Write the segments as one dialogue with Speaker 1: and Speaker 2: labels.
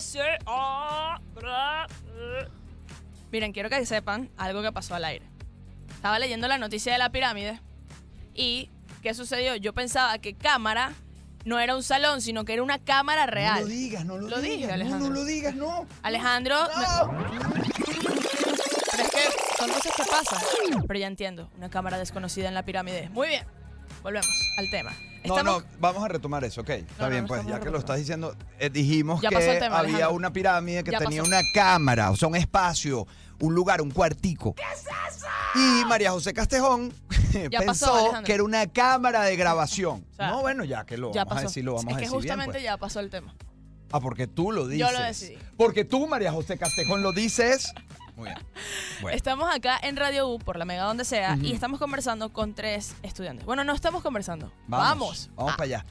Speaker 1: ser. Ah, bra, eh. Miren, quiero que sepan algo que pasó al aire. Estaba leyendo la noticia de la pirámide y ¿qué sucedió? Yo pensaba que cámara no era un salón, sino que era una cámara
Speaker 2: No lo
Speaker 1: real.
Speaker 2: digas, no lo,
Speaker 1: Lo dije,
Speaker 2: digas. no,
Speaker 1: Alejandro.
Speaker 2: No, lo digas, no.
Speaker 1: Alejandro, no-
Speaker 2: No.
Speaker 1: pero es que son cosas que pasan. Pero ya entiendo, una cámara desconocida en la pirámide. Muy bien, volvemos al tema.
Speaker 3: No,
Speaker 1: Estamos-
Speaker 3: no, vamos a retomar eso, ok. Está
Speaker 1: no,
Speaker 3: bien,
Speaker 1: no
Speaker 3: pues,
Speaker 1: estamos
Speaker 3: ya que
Speaker 1: retomando.
Speaker 3: lo estás diciendo, eh, dijimos
Speaker 1: Ya
Speaker 3: que
Speaker 1: pasó el tema,
Speaker 3: había
Speaker 1: Alejandro.
Speaker 3: una pirámide que
Speaker 1: Ya
Speaker 3: tenía
Speaker 1: pasó.
Speaker 3: una cámara, o sea, un espacio, un lugar, un cuartico. ¿Qué es eso? Y María José Castejón
Speaker 1: Ya
Speaker 3: pensó
Speaker 1: pasó, Alejandro.
Speaker 3: que era una cámara de grabación.
Speaker 1: sea,
Speaker 3: no, bueno, ya que lo
Speaker 1: Ya
Speaker 3: vamos
Speaker 1: pasó.
Speaker 3: a decir, lo vamos
Speaker 1: es
Speaker 3: a
Speaker 1: que
Speaker 3: decir
Speaker 1: justamente
Speaker 3: bien,
Speaker 1: ya pasó el tema.
Speaker 3: pues. Ah, porque tú lo dices.
Speaker 1: Yo lo decidí.
Speaker 3: Porque tú, María José Castejón, lo dices. Muy bien. Bueno.
Speaker 1: Estamos acá en Radio U, por la mega donde sea,
Speaker 3: Ujú.
Speaker 1: y estamos conversando con tres estudiantes. Bueno, no estamos conversando. Vamos.
Speaker 3: Vamos.
Speaker 1: Ah.
Speaker 3: Vamos para allá.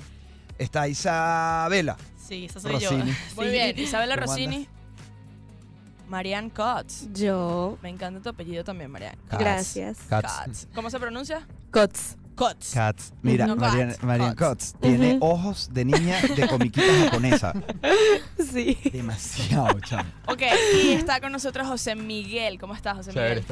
Speaker 3: Está Isabela.
Speaker 4: Sí, esa soy
Speaker 3: Rossini.
Speaker 1: Ah, Muy bien. Isabela
Speaker 3: ¿Cómo
Speaker 1: Rossini. Marianne Cotts.
Speaker 5: Yo.
Speaker 1: Me encanta tu apellido también, Marianne.
Speaker 3: Cats.
Speaker 5: Gracias.
Speaker 1: Cotts. ¿Cómo se pronuncia?
Speaker 5: Cots.
Speaker 1: Cotts.
Speaker 3: Cats. Mira,
Speaker 1: No,
Speaker 3: Marian,
Speaker 1: Cats,
Speaker 3: Marian
Speaker 1: Cats.
Speaker 3: Cotts tiene
Speaker 5: Ujú.
Speaker 3: ojos de niña de comiquita japonesa.
Speaker 5: Sí.
Speaker 3: Demasiado, chamo.
Speaker 1: Ok, y está con nosotros José Miguel. ¿Cómo estás, José Miguel?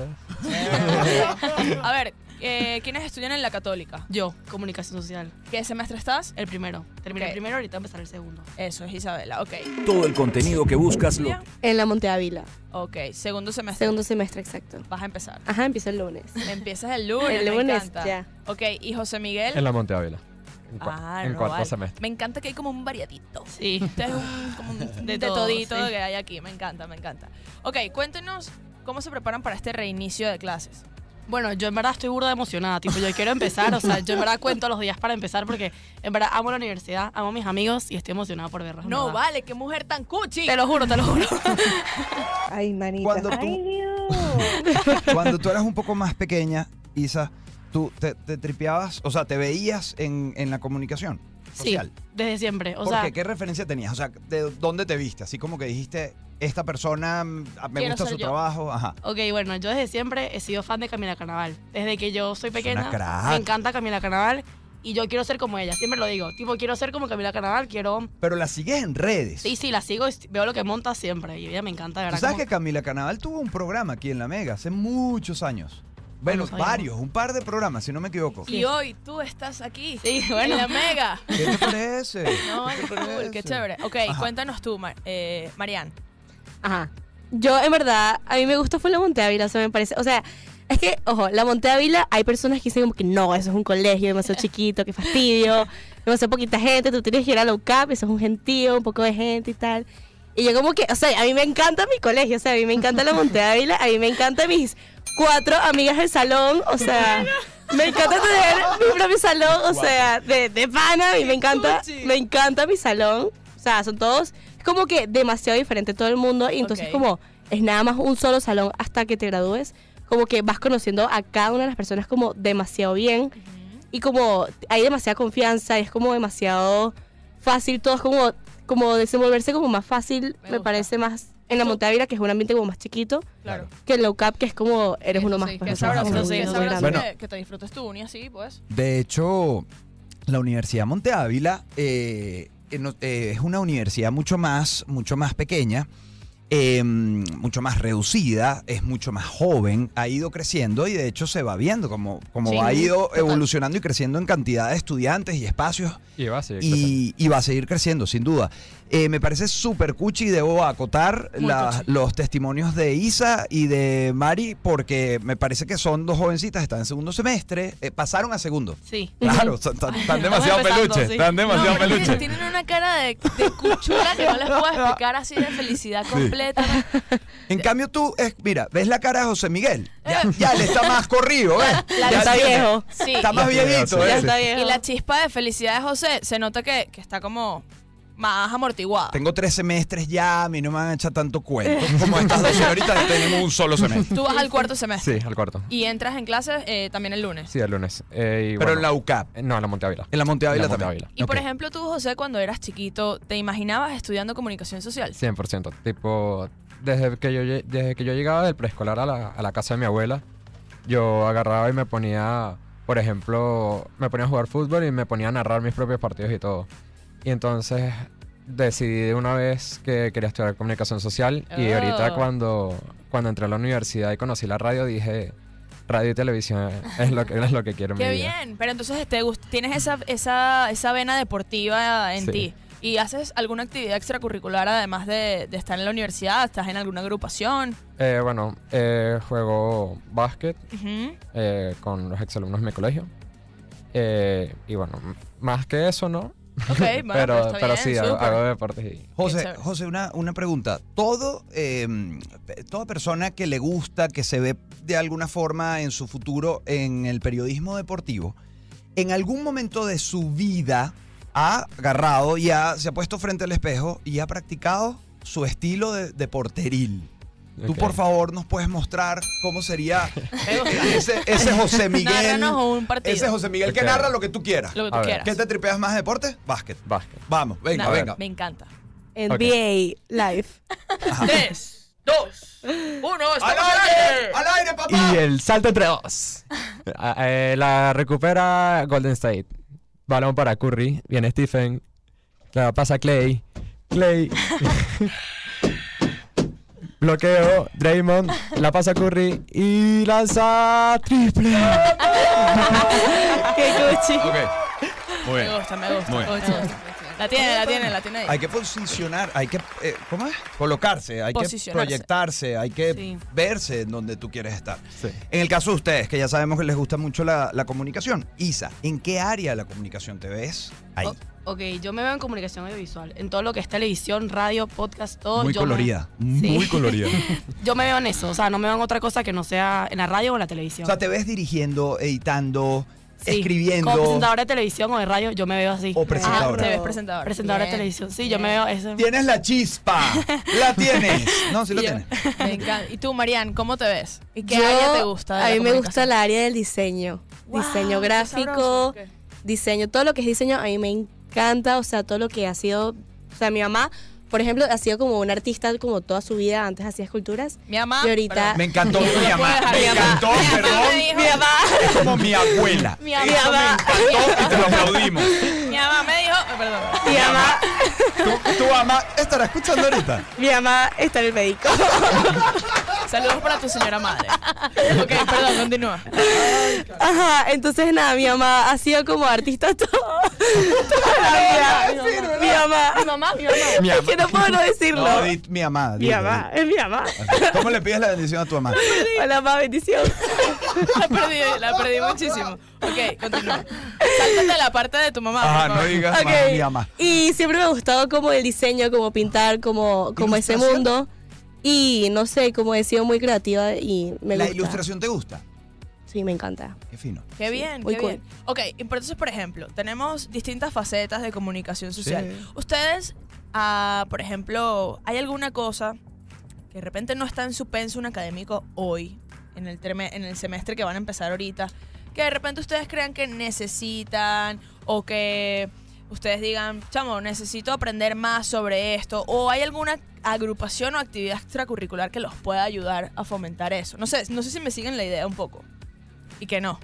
Speaker 1: A ver, eh, ¿quiénes estudian en la Católica?
Speaker 4: Yo, comunicación social.
Speaker 1: ¿Qué semestre estás?
Speaker 4: El primero. Terminé
Speaker 1: Ok.
Speaker 4: el primero, ahorita voy a empezar el segundo.
Speaker 1: Eso es Isabela, ok.
Speaker 6: Todo el contenido que buscas lo
Speaker 5: En la Monteavila.
Speaker 1: Ok, segundo semestre.
Speaker 5: Segundo semestre exacto.
Speaker 1: Vas a empezar.
Speaker 5: Ajá, empiezo el lunes.
Speaker 1: Empiezas el lunes.
Speaker 5: el
Speaker 1: me
Speaker 5: lunes
Speaker 1: encanta.
Speaker 5: ya.
Speaker 1: Ok, y José Miguel.
Speaker 7: En la Monte Ávila. En, cua-
Speaker 1: Ah,
Speaker 7: en
Speaker 1: no,
Speaker 7: cuarto
Speaker 1: vale.
Speaker 7: semestre.
Speaker 1: Me encanta que hay como un variadito.
Speaker 4: Sí.
Speaker 1: Este es un, como un de,
Speaker 4: De todo,
Speaker 1: todito
Speaker 4: sí.
Speaker 1: que hay aquí. Me encanta, me encanta. Ok, cuéntenos cómo se preparan para este reinicio de clases.
Speaker 4: Bueno, yo en verdad estoy burda emocionada, tipo, yo quiero empezar, o sea, yo en verdad cuento los días para empezar porque en verdad amo la universidad, amo a mis amigos y estoy emocionada por verlos. en
Speaker 1: No,
Speaker 4: verdad.
Speaker 1: vale, qué mujer tan cuchi.
Speaker 4: Te lo juro, te lo juro.
Speaker 5: Ay, manita.
Speaker 3: Cuando tú- Ay, Cuando tú eras un poco más pequeña, Isa, tú te, te tripeabas, o sea, te veías en, en la comunicación
Speaker 4: Sí,
Speaker 3: social.
Speaker 4: desde siempre, o
Speaker 3: ¿Por
Speaker 4: sea,
Speaker 3: qué? ¿Qué referencia tenías? O sea, ¿de dónde te viste? Así como que dijiste, esta persona mm, ah, me
Speaker 1: Quiero
Speaker 3: gusta
Speaker 1: ser
Speaker 3: su
Speaker 1: yo.
Speaker 3: trabajo. Ajá.
Speaker 4: ok, bueno, yo desde siempre he sido fan de Camila Carnaval, desde que yo soy pequeña,
Speaker 3: crack.
Speaker 4: me encanta Camila Carnaval y yo quiero ser como ella, siempre lo digo, tipo, quiero ser como Camila Carnaval, quiero...
Speaker 3: Pero la sigues en redes.
Speaker 4: Sí, sí, la sigo y veo lo que monta siempre y ella me encanta, de
Speaker 3: ¿Tú
Speaker 4: ¿verdad?
Speaker 3: sabes
Speaker 4: como-
Speaker 3: que Camila Carnaval tuvo un programa aquí en La Mega hace muchos años? Bueno,
Speaker 4: No sabía.
Speaker 3: varios, un par de programas, si no me equivoco.
Speaker 1: Y hoy tú estás aquí.
Speaker 4: Sí, bueno.
Speaker 1: En la mega.
Speaker 3: ¿Qué te parece?
Speaker 1: No,
Speaker 3: ¿Qué
Speaker 1: qué
Speaker 3: te
Speaker 1: cool,
Speaker 3: parece?
Speaker 1: qué chévere. Ok,
Speaker 3: Ajá.
Speaker 1: cuéntanos tú, Mar- eh, Marian.
Speaker 5: Ajá. Yo, en verdad, a mí me gusta fue la Monteávila, o sea, me parece. O sea, es que, ojo, la Monteávila, hay personas que dicen como que no, eso es un colegio demasiado chiquito, qué fastidio, demasiado poquita gente, tú tienes que ir a la UCAP, eso es un gentío, un poco de gente y tal. Y yo, como que, o sea, a mí me encanta mi colegio, o sea, a mí me encanta la Monteávila, a mí me encantan mis cuatro amigas del salón, o sea. Me encanta tener mi propio salón, o sea, de, de pana, y me encanta,
Speaker 1: Cuchi.
Speaker 5: me encanta mi salón. O sea, son todos, es como que demasiado diferente todo el mundo, y entonces
Speaker 1: Ok.
Speaker 5: como es nada más un solo salón hasta que te gradúes, como que vas conociendo a cada una de las personas como demasiado bien, y como hay demasiada confianza, y es como demasiado fácil, todos como, como desenvolverse como más fácil,
Speaker 1: Me
Speaker 5: me,
Speaker 1: gusta.
Speaker 5: parece más en la
Speaker 1: Tú-
Speaker 5: Montavira, que es un ambiente como más chiquito,
Speaker 1: Claro.
Speaker 5: que en la UCAP, que es como, eres
Speaker 4: Sí,
Speaker 5: uno
Speaker 4: sí,
Speaker 5: más.
Speaker 4: sí,
Speaker 5: pues,
Speaker 1: Qué
Speaker 5: o sea,
Speaker 1: sabroso,
Speaker 5: como
Speaker 4: sí,
Speaker 1: qué
Speaker 5: uno
Speaker 1: sabroso
Speaker 5: grande.
Speaker 3: Bueno.
Speaker 1: que, que te disfrutes tu uni así, pues.
Speaker 3: De hecho, la Universidad Monte Ávila eh, eh, no- eh, es una universidad mucho más, mucho más pequeña, eh, mucho más reducida, es mucho más joven, ha ido creciendo y de hecho se va viendo como, como
Speaker 4: Sí,
Speaker 3: ha ido
Speaker 4: total.
Speaker 3: evolucionando y creciendo en cantidad de estudiantes y espacios
Speaker 7: Y va a seguir creciendo.
Speaker 3: y, y va a seguir creciendo, sin duda. Eh, me parece súper cuchi y debo acotar
Speaker 4: Muy
Speaker 3: las-
Speaker 4: cuchi.
Speaker 3: los testimonios de Isa y de Mari porque me parece que son dos jovencitas, están en segundo semestre, eh, pasaron a segundo.
Speaker 4: Sí.
Speaker 3: Claro, son- están, están
Speaker 4: Estamos
Speaker 3: demasiado
Speaker 4: empezando,
Speaker 3: peluches,
Speaker 4: sí.
Speaker 3: están demasiado
Speaker 1: No, pero
Speaker 3: peluches.
Speaker 1: tienen, tienen una cara de, de cuchula que no les puedo explicar así de felicidad completa.
Speaker 3: En cambio tú, es, mira, ves la cara de José Miguel, ya, ya le está más corrido, ¿ves?
Speaker 5: Ya está
Speaker 3: tiene-
Speaker 5: viejo.
Speaker 1: Sí,
Speaker 3: Está más
Speaker 1: y,
Speaker 3: viejito,
Speaker 7: Ya
Speaker 3: ¿ves?
Speaker 5: está
Speaker 1: y la chispa de felicidad de José se nota que, que está como más amortiguada.
Speaker 3: Tengo tres semestres ya, a mí no me han echado tanto cuento. Como estas dos señoritas, tenemos un solo semestre.
Speaker 1: Tú vas al cuarto semestre
Speaker 7: Sí, al cuarto.
Speaker 1: y entras en clases eh, también el lunes.
Speaker 7: Sí, el lunes. Eh, y
Speaker 3: Pero en
Speaker 7: bueno,
Speaker 3: la UCAP,
Speaker 7: eh, No, en la Monte Ávila.
Speaker 3: en la Monte Ávila
Speaker 7: En la Monte
Speaker 3: también.
Speaker 7: Ávila.
Speaker 1: Y por
Speaker 3: Ok.
Speaker 1: ejemplo, tú, José, cuando eras chiquito, ¿te imaginabas estudiando comunicación social?
Speaker 7: 100%. Tipo, desde que yo, lle- desde que yo llegaba del preescolar a la, a la casa de mi abuela, yo agarraba y me ponía, por ejemplo, me ponía a jugar fútbol y me ponía a narrar mis propios partidos y todo. Y entonces decidí de una vez que quería estudiar comunicación social y
Speaker 1: Oh.
Speaker 7: ahorita cuando, cuando entré a la universidad y conocí la radio dije, radio y televisión es lo que, es lo que quiero en
Speaker 1: Qué
Speaker 7: mi vida.
Speaker 1: bien. Pero entonces te gust- tienes esa, esa, esa vena deportiva en
Speaker 7: Sí.
Speaker 1: ti. ¿Y haces alguna actividad extracurricular además de, de estar en la universidad? ¿Estás en alguna agrupación?
Speaker 7: Eh, bueno, eh, juego básquet
Speaker 1: Ujú.
Speaker 7: eh, con los exalumnos de mi colegio. Eh, y bueno, m- más que eso, ¿no?
Speaker 1: Ok, bueno, pero,
Speaker 7: pero
Speaker 1: está
Speaker 7: pero
Speaker 1: bien,
Speaker 7: sí, hago,
Speaker 1: súper.
Speaker 7: hago deportes y...
Speaker 1: Qué
Speaker 3: José,
Speaker 1: chévere.
Speaker 3: José una, una pregunta. Todo, eh, pe- toda persona que le gusta, que se ve de alguna forma en su futuro en el periodismo deportivo, en algún momento de su vida ha agarrado y ha- se ha puesto frente al espejo y ha practicado su estilo de, de porteril. Tú,
Speaker 7: Ok.
Speaker 3: por favor, nos puedes mostrar cómo sería e-, ese, ese José Miguel.
Speaker 1: Narranos un partido.
Speaker 3: ese José Miguel que
Speaker 7: Ok.
Speaker 3: narra lo que tú quieras.
Speaker 1: Lo que tú
Speaker 7: A ver.
Speaker 1: quieras.
Speaker 3: ¿Qué te tripeas más de deporte? Básquet.
Speaker 7: Básquet.
Speaker 3: Vamos, venga,
Speaker 1: Nada,
Speaker 3: venga.
Speaker 1: Me encanta.
Speaker 5: NBA Live.
Speaker 1: Tres, dos, uno,
Speaker 3: ¡Al aire! ¡Al aire, papá!
Speaker 7: Y el salto entre dos. Ah, eh, la recupera Golden State. Balón para Curry. Viene Stephen. La pasa Clay. Clay. Bloqueo. Draymond. La pasa Curry. Y lanza triple.
Speaker 5: Qué cuchi.
Speaker 3: Muy
Speaker 1: Me gusta, me gusta. me gusta, me gusta. La tiene, la tiene, la tiene ahí.
Speaker 3: Hay que posicionar, hay que. eh, ¿Cómo es? Colocarse, hay que
Speaker 1: Posicionarse.
Speaker 3: proyectarse, hay que
Speaker 4: Sí.
Speaker 3: verse en donde tú quieres estar.
Speaker 7: Sí.
Speaker 3: En el caso de ustedes, que ya sabemos que les gusta mucho la, la comunicación, Isa, ¿en qué área de la comunicación te ves? Ahí.
Speaker 4: Oh, ok, yo me veo en comunicación audiovisual. En todo lo que es televisión, radio, podcast, todo.
Speaker 3: muy
Speaker 4: oh, yo me-
Speaker 3: colorida,
Speaker 4: Sí.
Speaker 3: muy colorida.
Speaker 4: yo me veo en eso. O sea, no me veo en otra cosa que no sea en la radio o en la
Speaker 3: o
Speaker 4: televisión.
Speaker 3: sea, te ves dirigiendo, editando,
Speaker 4: Sí, Como
Speaker 3: escribiendo.
Speaker 4: presentadora de televisión o de radio, yo me veo así.
Speaker 3: O presentadora.
Speaker 1: Ah, te ves presentadora.
Speaker 4: Presentadora de
Speaker 1: Bien.
Speaker 4: televisión. Sí, yo me
Speaker 1: Bien.
Speaker 4: veo eso.
Speaker 3: Tienes la chispa, la tienes. No, sí la
Speaker 1: Y yo-
Speaker 3: tienes.
Speaker 1: Me encanta. ¿Y tú, Marian, cómo te ves? ¿Y qué
Speaker 5: Yo-
Speaker 1: área te gusta? de la
Speaker 5: A mí me gusta
Speaker 1: comunicación?
Speaker 5: la área del diseño.
Speaker 1: Wow,
Speaker 5: diseño
Speaker 1: qué
Speaker 5: gráfico,
Speaker 1: sabroso. ¿Qué?
Speaker 5: diseño, todo lo que es diseño a mí me encanta, o sea, todo lo que ha sido, o sea, mi mamá, por ejemplo, ha sido como un artista como toda su vida, antes hacía esculturas.
Speaker 1: Mi mamá.
Speaker 5: Y ahorita-
Speaker 1: perdón.
Speaker 3: Me encantó
Speaker 1: No
Speaker 3: mi
Speaker 1: puedo
Speaker 3: mamá.
Speaker 1: dejar
Speaker 3: Me
Speaker 1: mi mamá.
Speaker 3: encantó,
Speaker 1: Mi mamá me
Speaker 3: perdón.
Speaker 1: dijo-
Speaker 5: Mi mamá,
Speaker 3: Es como mi abuela.
Speaker 5: mi mamá,
Speaker 3: Eso me encantó y te lo aplaudimos.
Speaker 1: Mi mamá me dijo. eh, Perdón.
Speaker 5: mi mamá,
Speaker 3: Tu, tu mamá estará escuchando ahorita.
Speaker 5: mi mamá está en el médico.
Speaker 1: Saludos para tu señora madre. Ok, perdón, continúa.
Speaker 5: Ajá, entonces nada, mi mamá ha sido como artista todo, toda la vida. mi mamá, mi mamá, mi mamá.
Speaker 7: Mi
Speaker 5: Es
Speaker 7: mamá.
Speaker 5: que no puedo no decirlo.
Speaker 3: No, di mi mamá.
Speaker 5: mi
Speaker 3: dilo,
Speaker 5: mamá, es mi mamá.
Speaker 3: dilo. ¿Cómo le pides la bendición a tu mamá?
Speaker 5: Hola, mamá, bendición.
Speaker 1: La perdí, la perdí muchísimo. Ok, continúa. Sáltate la parte de tu mamá. por
Speaker 3: Ah, no
Speaker 1: favor.
Speaker 3: digas
Speaker 5: Ok.
Speaker 3: más, mi mamá.
Speaker 5: Y siempre me ha gustado como el diseño, como pintar, como, como ese
Speaker 3: ¿Ilustración?
Speaker 5: mundo. Y no sé, como he sido muy creativa y me
Speaker 3: ¿La
Speaker 5: gusta.
Speaker 3: ilustración te gusta?
Speaker 5: Sí, me encanta.
Speaker 3: Qué fino.
Speaker 1: Qué
Speaker 5: Sí,
Speaker 1: bien,
Speaker 5: muy
Speaker 1: qué
Speaker 5: cool.
Speaker 1: bien. Ok, y por- entonces, por ejemplo, tenemos distintas facetas de comunicación social.
Speaker 3: Sí.
Speaker 1: Ustedes, ah, por ejemplo, ¿hay alguna cosa que de repente no está en su pensum académico hoy, en el, treme- en el semestre que van a empezar ahorita, que de repente ustedes crean que necesitan o que ustedes digan, chamo, necesito aprender más sobre esto, o hay alguna agrupación o actividad extracurricular que los pueda ayudar a fomentar eso? No sé, no sé si me siguen la idea un poco. Y que no.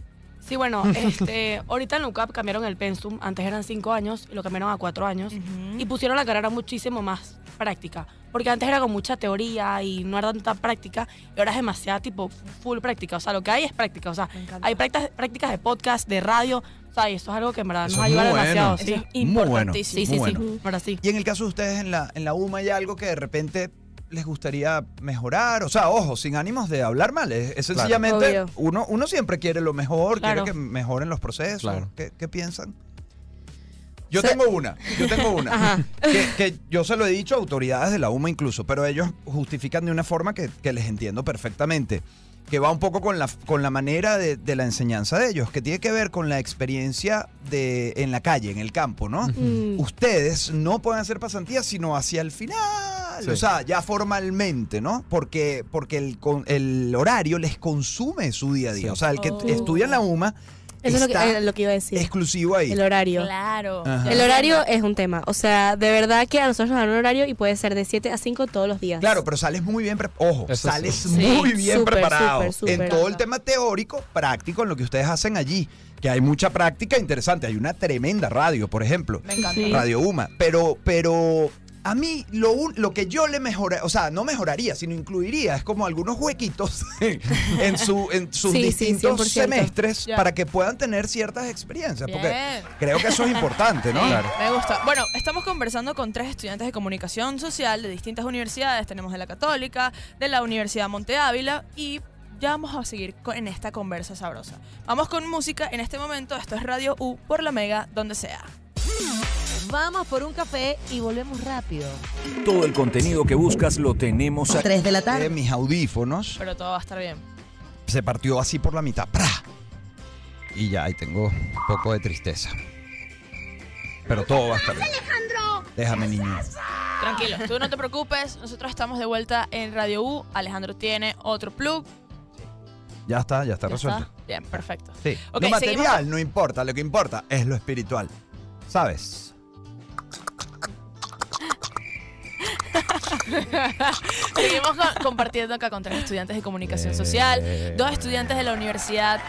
Speaker 4: Sí, bueno, este, ahorita en la UCAP cambiaron el pensum. Antes eran cinco años y lo cambiaron a cuatro años.
Speaker 1: Ujú.
Speaker 4: Y pusieron la carrera muchísimo más práctica. Porque antes era con mucha teoría y no era tanta práctica. Y ahora es demasiada tipo full práctica. O sea, lo que hay es práctica. O sea,
Speaker 1: Me encanta.
Speaker 4: hay prácticas, prácticas de podcast, de radio. O sea, y eso es algo que en verdad
Speaker 3: Eso
Speaker 4: nos
Speaker 3: es muy
Speaker 4: ayuda
Speaker 3: bueno.
Speaker 4: demasiado.
Speaker 1: Eso
Speaker 4: Sí,
Speaker 1: es
Speaker 3: Muy bueno.
Speaker 1: importantísimo.
Speaker 4: sí, sí.
Speaker 3: bueno.
Speaker 4: sí. Ahora sí.
Speaker 3: Y en el caso de ustedes en la, en la UMA hay algo que de repente les gustaría mejorar. O sea, ojo, sin ánimos de hablar mal. Es, es
Speaker 7: Claro.
Speaker 3: sencillamente,
Speaker 5: Obvio.
Speaker 3: uno, uno siempre quiere lo mejor,
Speaker 4: Claro.
Speaker 3: quiere que mejoren los procesos.
Speaker 7: Claro.
Speaker 3: ¿Qué, qué piensan? Yo
Speaker 5: Se-
Speaker 3: tengo una, yo tengo una.
Speaker 5: Ajá.
Speaker 3: que, que yo se lo he dicho a autoridades de la UMA incluso, pero ellos justifican de una forma que, que les entiendo perfectamente, que va un poco con la, con la manera de, de la enseñanza de ellos, que tiene que ver con la experiencia de, en la calle, en el campo, ¿no?
Speaker 5: Mm.
Speaker 3: ustedes no pueden hacer pasantías sino hacia el final.
Speaker 7: Sí.
Speaker 3: O sea, ya formalmente, ¿no? Porque, porque el, con- el horario les consume su día a día.
Speaker 7: Sí.
Speaker 3: O sea, el que
Speaker 1: Oh.
Speaker 3: estudia en la UMA
Speaker 5: Eso es lo que,
Speaker 3: está
Speaker 5: eh, lo que iba a decir.
Speaker 3: exclusivo ahí.
Speaker 5: El horario.
Speaker 1: Claro.
Speaker 3: Ajá.
Speaker 5: El horario es un tema. O sea, de verdad que a nosotros nos dan un horario y puede ser de 7 a 5 todos los días.
Speaker 3: Claro, pero sales muy bien, pre- ojo,
Speaker 7: Eso sí.
Speaker 3: sales
Speaker 7: Sí,
Speaker 3: muy bien
Speaker 5: súper,
Speaker 3: preparado
Speaker 5: súper, súper.
Speaker 3: en todo el tema teórico, práctico, en lo que ustedes hacen allí, que hay mucha práctica interesante, hay una tremenda radio, por ejemplo,
Speaker 1: Me encanta.
Speaker 4: Sí.
Speaker 3: Radio UMA, pero pero a mí lo, un- lo que yo le mejoraría, o sea, no mejoraría, sino incluiría, es como algunos huequitos en, su, en sus
Speaker 5: Sí, sí,
Speaker 3: distintos
Speaker 5: 100%.
Speaker 3: semestres
Speaker 1: Ya.
Speaker 3: para que puedan tener ciertas experiencias, porque
Speaker 1: Bien. Eh,
Speaker 3: creo que eso es importante, ¿no?
Speaker 1: Me gusta. Bueno, estamos conversando con tres estudiantes de comunicación social de distintas universidades. Tenemos de la Católica, de la Universidad Monte Ávila y ya vamos a seguir con- en esta conversa sabrosa. Vamos con música. En este momento, esto es Radio U por la Mega, donde sea.
Speaker 2: Vamos por un café y volvemos rápido.
Speaker 6: Todo el contenido que buscas lo tenemos aquí.
Speaker 2: 3 de la
Speaker 3: De
Speaker 2: tarde.
Speaker 3: Eh, mis audífonos.
Speaker 1: Pero todo va a estar bien.
Speaker 3: se partió así por la mitad. ¡Pra! Y ya, ahí tengo un poco de tristeza. Pero todo va a estar bien. Déjame, niño.
Speaker 1: Tranquilo, tú no te preocupes. Nosotros estamos de vuelta en Radio U. Alejandro tiene otro plug.
Speaker 3: Ya está, ya está
Speaker 1: Ya
Speaker 3: resuelto.
Speaker 1: está. Bien, perfecto.
Speaker 3: Sí.
Speaker 1: Ok,
Speaker 3: lo material
Speaker 1: seguimos
Speaker 3: no importa, lo que importa es lo espiritual. ¿Sabes?
Speaker 1: Seguimos con- compartiendo acá con tres estudiantes de comunicación social,
Speaker 7: Eh.
Speaker 1: dos estudiantes de la Universidad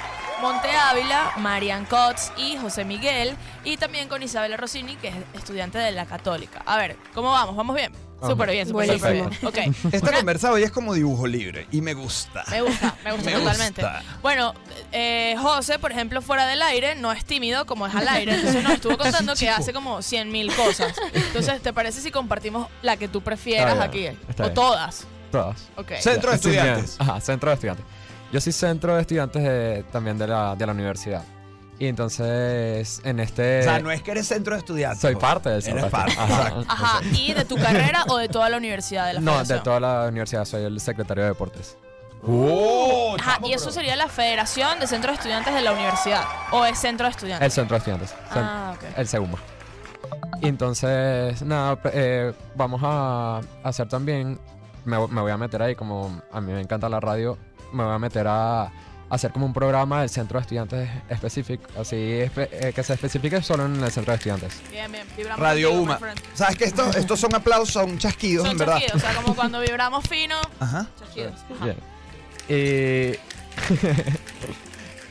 Speaker 1: Monte Ávila, Marian Cots y José Miguel, y también con Isabela Rossini, que es estudiante de la Católica. A ver, ¿cómo vamos? ¿Vamos bien?
Speaker 7: Vamos.
Speaker 1: Súper bien, súper súper bien. Ok,
Speaker 3: Esta conversa hoy es como dibujo libre y me gusta.
Speaker 1: me gusta, me gusta
Speaker 3: Me
Speaker 1: totalmente.
Speaker 3: gusta.
Speaker 1: Bueno, eh, José, por ejemplo, fuera del aire, no es tímido como es al aire, entonces nos estuvo contando que hace como 100 mil cosas. Entonces, ¿te parece si compartimos la que tú prefieras
Speaker 7: Está bien,
Speaker 1: aquí?
Speaker 7: está
Speaker 1: o
Speaker 7: bien.
Speaker 1: todas.
Speaker 7: Todas.
Speaker 1: Ok.
Speaker 3: Centro de
Speaker 7: Ya,
Speaker 3: estudiantes.
Speaker 7: Ajá, centro de estudiantes. Yo soy centro de estudiantes de- también de la, de la universidad. Y entonces, en este...
Speaker 3: o sea, no es que eres centro de estudiantes.
Speaker 7: soy parte del centro.
Speaker 3: Eres parte.
Speaker 7: Ajá.
Speaker 1: Ajá, ¿y de tu carrera o de toda la universidad de la
Speaker 7: No, de
Speaker 1: federación?
Speaker 7: toda la universidad soy el secretario de deportes.
Speaker 3: ¡Oh!
Speaker 1: Ajá,
Speaker 3: chamo,
Speaker 1: y eso
Speaker 3: pero-
Speaker 1: sería la Federación de Centros de Estudiantes de la Universidad. ¿O es Centro de Estudiantes?
Speaker 7: El centro de estudiantes. Cent-
Speaker 1: Ah, ok.
Speaker 7: El segundo. Y entonces, nada, pe- eh, vamos a hacer también, me, vo- me voy a meter ahí, como a mí me encanta la radio, me voy a meter a, hacer como un programa del centro de estudiantes específico, así espe- eh, que se especifique solo en el centro de estudiantes.
Speaker 1: Bien, bien. Vibramos
Speaker 3: Radio
Speaker 1: contigo,
Speaker 3: UMA.
Speaker 1: my friend.
Speaker 3: ¿Sabes que estos, estos son aplausos, son chasquidos,
Speaker 1: Son
Speaker 3: en verdad?
Speaker 1: chasquidos, o sea, como cuando vibramos fino,
Speaker 3: Ajá.
Speaker 1: chasquidos. Ajá.
Speaker 7: Bien.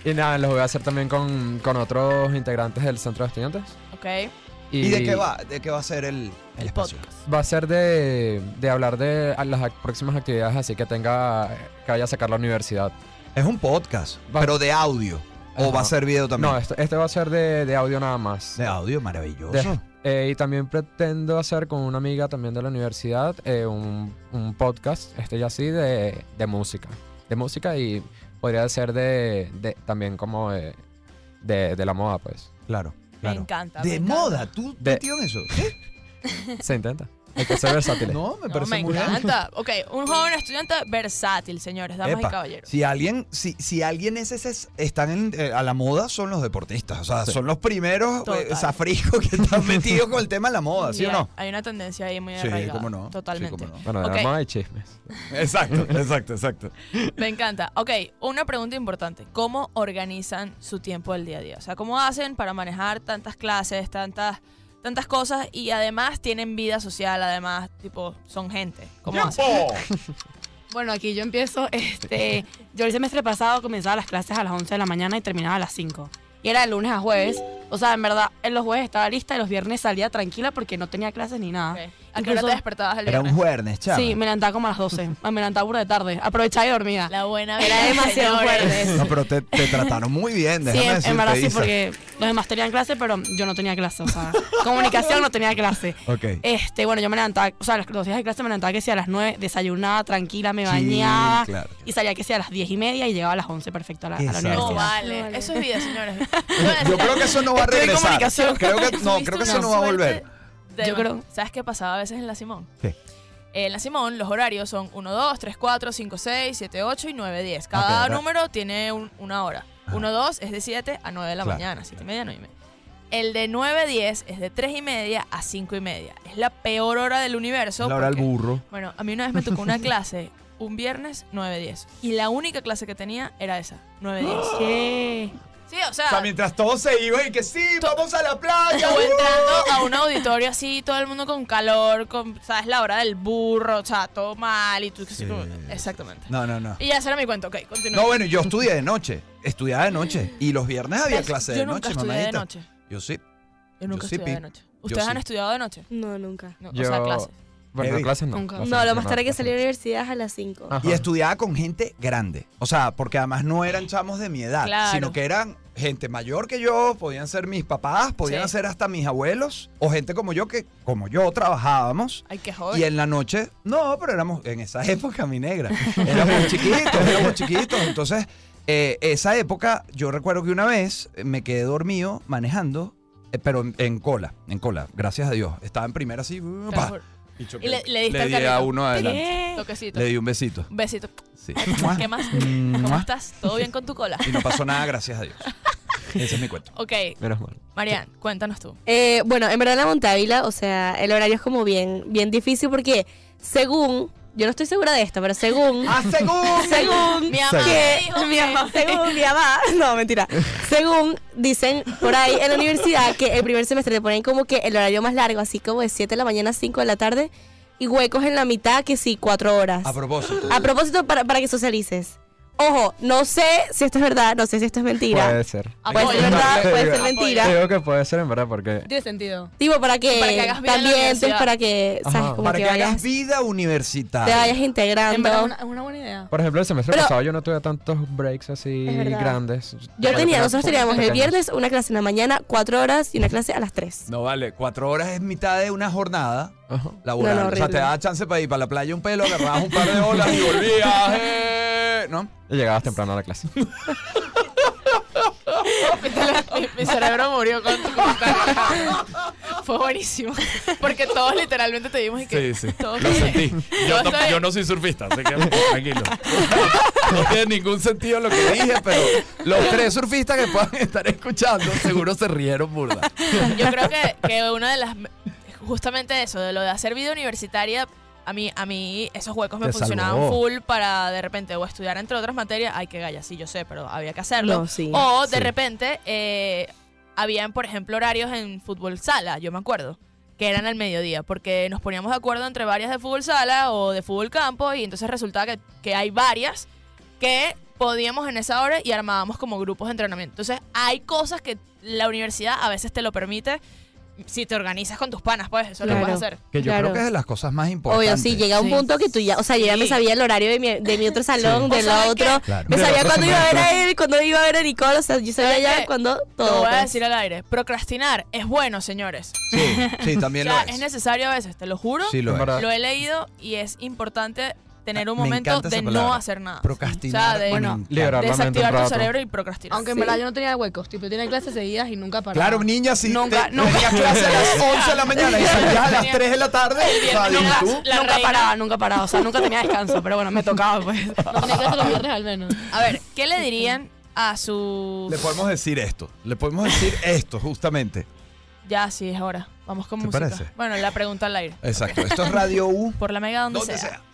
Speaker 7: Y, y nada, los voy a hacer también con, con otros integrantes del centro de estudiantes.
Speaker 1: Ok,
Speaker 3: ¿Y de qué va? ¿De qué va a ser el, el
Speaker 1: el
Speaker 3: espacio?
Speaker 1: podcast.
Speaker 7: Va a ser de, de hablar de a las ac- próximas actividades así que tenga que vaya a sacar la universidad.
Speaker 3: Es un podcast,
Speaker 7: Va-
Speaker 3: pero de audio. ¿O
Speaker 7: Ajá.
Speaker 3: va a ser video también?
Speaker 7: No, este, este va a ser de, de audio nada más.
Speaker 3: de audio, maravilloso.
Speaker 7: De- eh, y también pretendo hacer con una amiga también de la universidad eh, un, un podcast, este ya sí, de, de música. De música y podría ser de, de- también como de, de, de la moda, pues.
Speaker 3: Claro,
Speaker 1: Me
Speaker 3: claro.
Speaker 1: encanta. me
Speaker 3: De
Speaker 1: encanta.
Speaker 3: moda, ¿tú
Speaker 7: De-
Speaker 3: metido en eso? ¿Sí?
Speaker 7: Se intenta. Hay que ser versátiles.
Speaker 3: No, me
Speaker 1: No,
Speaker 3: parece
Speaker 1: me
Speaker 3: muy bien.
Speaker 1: encanta. Ok, un joven estudiante versátil, señores, damas
Speaker 3: Epa,
Speaker 1: y caballeros.
Speaker 3: si alguien, si, si alguien es ese, están en- eh, a la moda, son los deportistas. O sea,
Speaker 7: Sí.
Speaker 3: son los primeros eh,
Speaker 1: Total.
Speaker 3: zafriscos que están metidos con el tema de la moda, ¿sí
Speaker 1: Bien,
Speaker 3: o no?
Speaker 1: Hay una tendencia ahí muy
Speaker 3: Sí,
Speaker 1: arraigada.
Speaker 3: cómo no. Sí,
Speaker 1: Totalmente.
Speaker 3: cómo no.
Speaker 7: Bueno, de
Speaker 1: Ok.
Speaker 7: la moda y chismes.
Speaker 3: Exacto, exacto, exacto.
Speaker 1: Me encanta. Ok, una pregunta importante. ¿Cómo organizan su tiempo del día a día? O sea, ¿cómo hacen para manejar tantas clases, tantas, tantas cosas y además tienen vida social, además, tipo, son gente? ¿Cómo hacen?
Speaker 4: Bueno, aquí yo empiezo. Este, yo el semestre pasado comenzaba las clases a las 11 de la mañana y terminaba a las 5. Y era de lunes a jueves. O sea, en verdad, en los jueves estaba lista y los viernes salía tranquila porque no tenía clases ni nada.
Speaker 1: Ok. ¿A qué hora te
Speaker 4: Incluso-
Speaker 1: despertabas el
Speaker 3: Era un
Speaker 1: viernes?
Speaker 3: jueves, chaval.
Speaker 4: Sí, me levantaba como a las 12. Ah, Me levantaba burda de tarde. Aprovechaba y dormía.
Speaker 1: La buena
Speaker 5: Era
Speaker 1: vida,
Speaker 5: demasiado
Speaker 1: señores.
Speaker 5: fuerte.
Speaker 3: No, pero te, te trataron muy bien,
Speaker 4: Sí,
Speaker 3: déjame
Speaker 4: en,
Speaker 3: decirte,
Speaker 4: en verdad sí,
Speaker 3: Isa.
Speaker 4: porque los demás tenían clase, pero yo no tenía clase. O sea, comunicación no tenía clase.
Speaker 3: Ok.
Speaker 4: Este, bueno, yo me levantaba, o sea, los- los días de clase me levantaba que sea a las 9, desayunaba tranquila, me bañaba
Speaker 3: Sí, claro.
Speaker 4: y salía que sea a las 10 y media y llegaba a las 11 perfecto a la, a la
Speaker 3: Exacto.
Speaker 1: No
Speaker 4: universidad.
Speaker 5: No
Speaker 1: vale.
Speaker 5: vale.
Speaker 1: Eso es vida, señores.
Speaker 3: Yo creo que eso no va a
Speaker 4: Estoy en
Speaker 3: regresar.
Speaker 4: comunicación.
Speaker 3: Creo que, no, creo que eso no va a volver.
Speaker 4: Yo creo-
Speaker 1: ¿Sabes qué pasaba a veces en la Simón?
Speaker 3: ¿Qué?
Speaker 1: En la Simón los horarios son 1, 2, 3, 4, 5, 6, 7, 8 y 9, 10.
Speaker 3: Ok,
Speaker 1: Cada
Speaker 3: ahora-
Speaker 1: número tiene un- una hora. 1, 2 es de 7 a 9 de la
Speaker 3: Claro.
Speaker 1: mañana, 7 y media, 9 y media. El de 9 a 10 es de 3 y media a 5 y media. Es la peor hora del universo.
Speaker 3: La hora del
Speaker 1: porque-
Speaker 3: burro.
Speaker 1: Bueno, a mí una vez me tocó una clase
Speaker 4: Oh,
Speaker 1: un viernes 9-10. Y la única clase que tenía era esa, 9-10.
Speaker 4: ¿Qué?
Speaker 1: Sí, o sea,
Speaker 8: O sea, mientras todos se iban y que sí, vamos a la playa.
Speaker 1: o
Speaker 8: ¡uh!
Speaker 1: entrando a un auditorio así, todo el mundo con calor, con, ¿sabes? La hora del burro, o sea, todo mal y tú... que sí, como- Exactamente.
Speaker 3: uh. No, no, no.
Speaker 1: Y ya será mi cuento, ok, continúa.
Speaker 3: No, bueno, yo estudié de noche. Estudiaba de noche. Y los viernes había
Speaker 1: ¿Ves?
Speaker 3: clase
Speaker 1: Yo
Speaker 3: de
Speaker 1: nunca
Speaker 3: noche,
Speaker 1: estudié
Speaker 3: mamadita.
Speaker 1: de noche.
Speaker 3: Yo sí.
Speaker 1: Yo nunca
Speaker 3: sí,
Speaker 1: estudié de
Speaker 3: pi.
Speaker 1: noche. ¿Ustedes
Speaker 3: sí.
Speaker 1: han estudiado de noche?
Speaker 5: No, nunca.
Speaker 1: No,
Speaker 7: Yo,
Speaker 1: O sea, clases.
Speaker 7: Bueno,
Speaker 3: Heavy.
Speaker 7: clases no.
Speaker 4: Nunca.
Speaker 7: clases
Speaker 5: No, lo más tarde que
Speaker 7: clases
Speaker 5: salí de la
Speaker 7: no.
Speaker 5: universidad es a las 5.
Speaker 7: Ajá.
Speaker 3: Y estudiaba con gente grande. O sea, porque además no eran chamos de mi edad,
Speaker 1: Claro.
Speaker 3: sino que eran gente mayor que yo, podían ser mis papás, podían
Speaker 1: Sí.
Speaker 3: ser hasta mis abuelos, o gente como yo que, como yo, trabajábamos.
Speaker 1: Ay, qué
Speaker 3: Y
Speaker 1: joven.
Speaker 3: en la noche, no, pero éramos, en esa época, mi negra, éramos chiquitos, éramos chiquitos. Entonces, eh, esa época, yo recuerdo que una vez eh, me quedé dormido manejando, eh, pero en, en cola, en cola, gracias a Dios. Estaba en primera así,
Speaker 1: Te
Speaker 3: pa,
Speaker 1: juro.
Speaker 8: Y choqué.
Speaker 1: Y le, le diste
Speaker 3: le
Speaker 1: al
Speaker 3: di a
Speaker 1: carrito.
Speaker 3: uno adelante.
Speaker 4: ¿Qué?
Speaker 1: Toquecito.
Speaker 3: Le di un besito.
Speaker 1: Un besito.
Speaker 3: Sí.
Speaker 1: ¿Qué más? ¿Cómo
Speaker 3: Mua.
Speaker 1: estás? ¿Todo bien con tu cola?
Speaker 3: Y no pasó nada, gracias a Dios. Ese es mi cuento.
Speaker 1: Ok,
Speaker 7: Menos mal.
Speaker 1: Marian, cuéntanos tú.
Speaker 5: Eh, bueno, en verdad en la Montávila, o sea, el horario es como bien, bien difícil porque según, yo no estoy segura de esto, pero según,
Speaker 8: ¡Ah, según!
Speaker 5: según
Speaker 1: Mi mamá
Speaker 5: que-
Speaker 1: me dijo
Speaker 5: mi
Speaker 1: que-
Speaker 5: mamá, según mi mamá, no, mentira, según dicen por ahí en la universidad que el primer semestre te ponen como que el horario más largo, así como de 7 de la mañana a 5 de la tarde y huecos en la mitad que sí, 4 horas.
Speaker 3: A propósito.
Speaker 5: A propósito, para, para que socialices. Ojo, no sé si esto es verdad, no sé si esto es mentira.
Speaker 7: Puede ser.
Speaker 5: Puede,
Speaker 1: Apoyo.
Speaker 5: ser verdad,
Speaker 7: Apoyo.
Speaker 5: puede ser mentira.
Speaker 7: Yo Digo que puede ser en verdad porque
Speaker 4: Tiene sentido.
Speaker 5: Tipo, para que,
Speaker 1: Para que hagas vida en la
Speaker 5: también, pues,
Speaker 1: universidad.
Speaker 5: para que, ¿sabes?
Speaker 7: Ajá.
Speaker 5: Como
Speaker 3: Para
Speaker 5: que,
Speaker 3: que, hagas
Speaker 5: vayas,
Speaker 3: vida universitaria.
Speaker 5: te vayas
Speaker 4: En verdad es
Speaker 5: integrando.
Speaker 4: una, es una buena idea.
Speaker 7: Por ejemplo, el semestre
Speaker 5: Pero-
Speaker 7: pasado yo no tuve tantos breaks así
Speaker 5: Es verdad.
Speaker 7: grandes.
Speaker 5: Yo tenía,
Speaker 7: Eran
Speaker 5: nosotros teníamos el
Speaker 7: pequeños.
Speaker 5: viernes una clase en la mañana, cuatro horas, y una clase a las tres.
Speaker 3: No vale, cuatro horas es mitad de una jornada
Speaker 7: Ajá.
Speaker 3: laboral.
Speaker 5: No, no,
Speaker 3: o sea,
Speaker 5: horrible.
Speaker 3: te daba chance para ir para la playa un pelo, agarrabas un par de olas y volvías. eh, ¿No?
Speaker 7: Y llegabas temprano a la clase.
Speaker 1: mi, mi cerebro murió con tu comentario. Fue buenísimo. Porque todos literalmente te vimos y que.
Speaker 8: Sí, sí.
Speaker 1: Todos
Speaker 8: Lo
Speaker 1: que-
Speaker 8: sentí. Yo,
Speaker 1: Yo
Speaker 8: no-
Speaker 1: estoy-
Speaker 8: yo no soy surfista, así que pues, tranquilo. No tiene ningún sentido lo que dije, pero
Speaker 3: Los tres surfistas que puedan estar escuchando seguro se rieron burda.
Speaker 1: Yo creo que, que una de las. Justamente eso, de lo de hacer vida universitaria, a mí, a mí esos huecos me
Speaker 3: Te
Speaker 1: funcionaban
Speaker 3: salvó.
Speaker 1: full para de repente o estudiar entre otras materias. Ay, qué galla, sí, yo sé, pero había que hacerlo.
Speaker 5: No, sí.
Speaker 1: O de
Speaker 3: Sí.
Speaker 1: repente, eh, habían, por ejemplo, horarios en fútbol sala, yo me acuerdo, que eran al mediodía, porque nos poníamos de acuerdo entre varias de fútbol sala o de fútbol campo, y entonces resultaba que, que hay varias que podíamos en esa hora y armábamos como grupos de entrenamiento. Entonces, hay cosas que la universidad a veces te lo permite si te organizas con tus panas, pues eso lo
Speaker 5: Claro.
Speaker 1: puedes hacer.
Speaker 3: Que yo
Speaker 5: Claro.
Speaker 3: creo que es de las cosas más importantes.
Speaker 5: Obvio, sí, llega un
Speaker 1: Sí.
Speaker 5: punto que tú ya, o sea, yo ya me
Speaker 1: Sí.
Speaker 5: sabía el horario de mi, de mi otro salón,
Speaker 1: Sí.
Speaker 5: de
Speaker 1: ¿O
Speaker 5: lo
Speaker 1: saben
Speaker 5: otro.
Speaker 3: Claro.
Speaker 5: Me
Speaker 7: Del
Speaker 5: sabía
Speaker 7: otro
Speaker 5: cuándo iba a ver
Speaker 7: semestre.
Speaker 5: a él, cuándo iba a ver a Nicole, o sea, yo sabía
Speaker 1: ¿Sabes
Speaker 5: ya
Speaker 1: qué?
Speaker 5: cuándo
Speaker 1: Te
Speaker 5: todo.
Speaker 1: voy a
Speaker 5: pues.
Speaker 1: decir al aire, procrastinar es bueno, señores.
Speaker 3: Sí, sí, también
Speaker 1: o sea,
Speaker 3: lo es.
Speaker 1: es necesario a veces, te lo juro.
Speaker 3: Sí, lo
Speaker 7: En
Speaker 3: es.
Speaker 7: verdad.
Speaker 1: Lo he leído y es importante tener un
Speaker 3: Me
Speaker 1: momento
Speaker 3: encanta esa
Speaker 1: de no
Speaker 3: palabra.
Speaker 1: hacer nada.
Speaker 3: Procrastinar.
Speaker 1: O sea, de-
Speaker 3: me
Speaker 1: Bueno,
Speaker 3: encanta.
Speaker 7: liberar la mente un
Speaker 1: Desactivar tu
Speaker 7: rato.
Speaker 1: cerebro y procrastinar.
Speaker 4: Aunque en
Speaker 1: Sí.
Speaker 4: verdad yo no tenía huecos. Tipo, yo tenía clases seguidas y nunca paraba.
Speaker 3: Claro, niña, sí.
Speaker 4: Nunca- nunca.
Speaker 3: Tenías clase a las 11 de la mañana y salías a las 3 de la tarde. o sea,
Speaker 1: nunca-
Speaker 3: ¿y tú?
Speaker 1: La
Speaker 4: nunca
Speaker 1: reina.
Speaker 4: paraba, nunca paraba. O sea, nunca tenía descanso, pero bueno, me tocaba pues. No tenía clases los viernes al menos.
Speaker 1: A ver, ¿qué le dirían a sus...
Speaker 3: Le podemos decir esto. Le podemos decir esto, justamente.
Speaker 1: Ya, sí, es hora. Vamos con
Speaker 3: ¿Te
Speaker 1: música.
Speaker 3: parece?
Speaker 1: Bueno, la pregunta al aire.
Speaker 3: Exacto. Esto es Radio U.
Speaker 1: Por la mega donde,
Speaker 3: Donde
Speaker 1: sea.
Speaker 3: sea.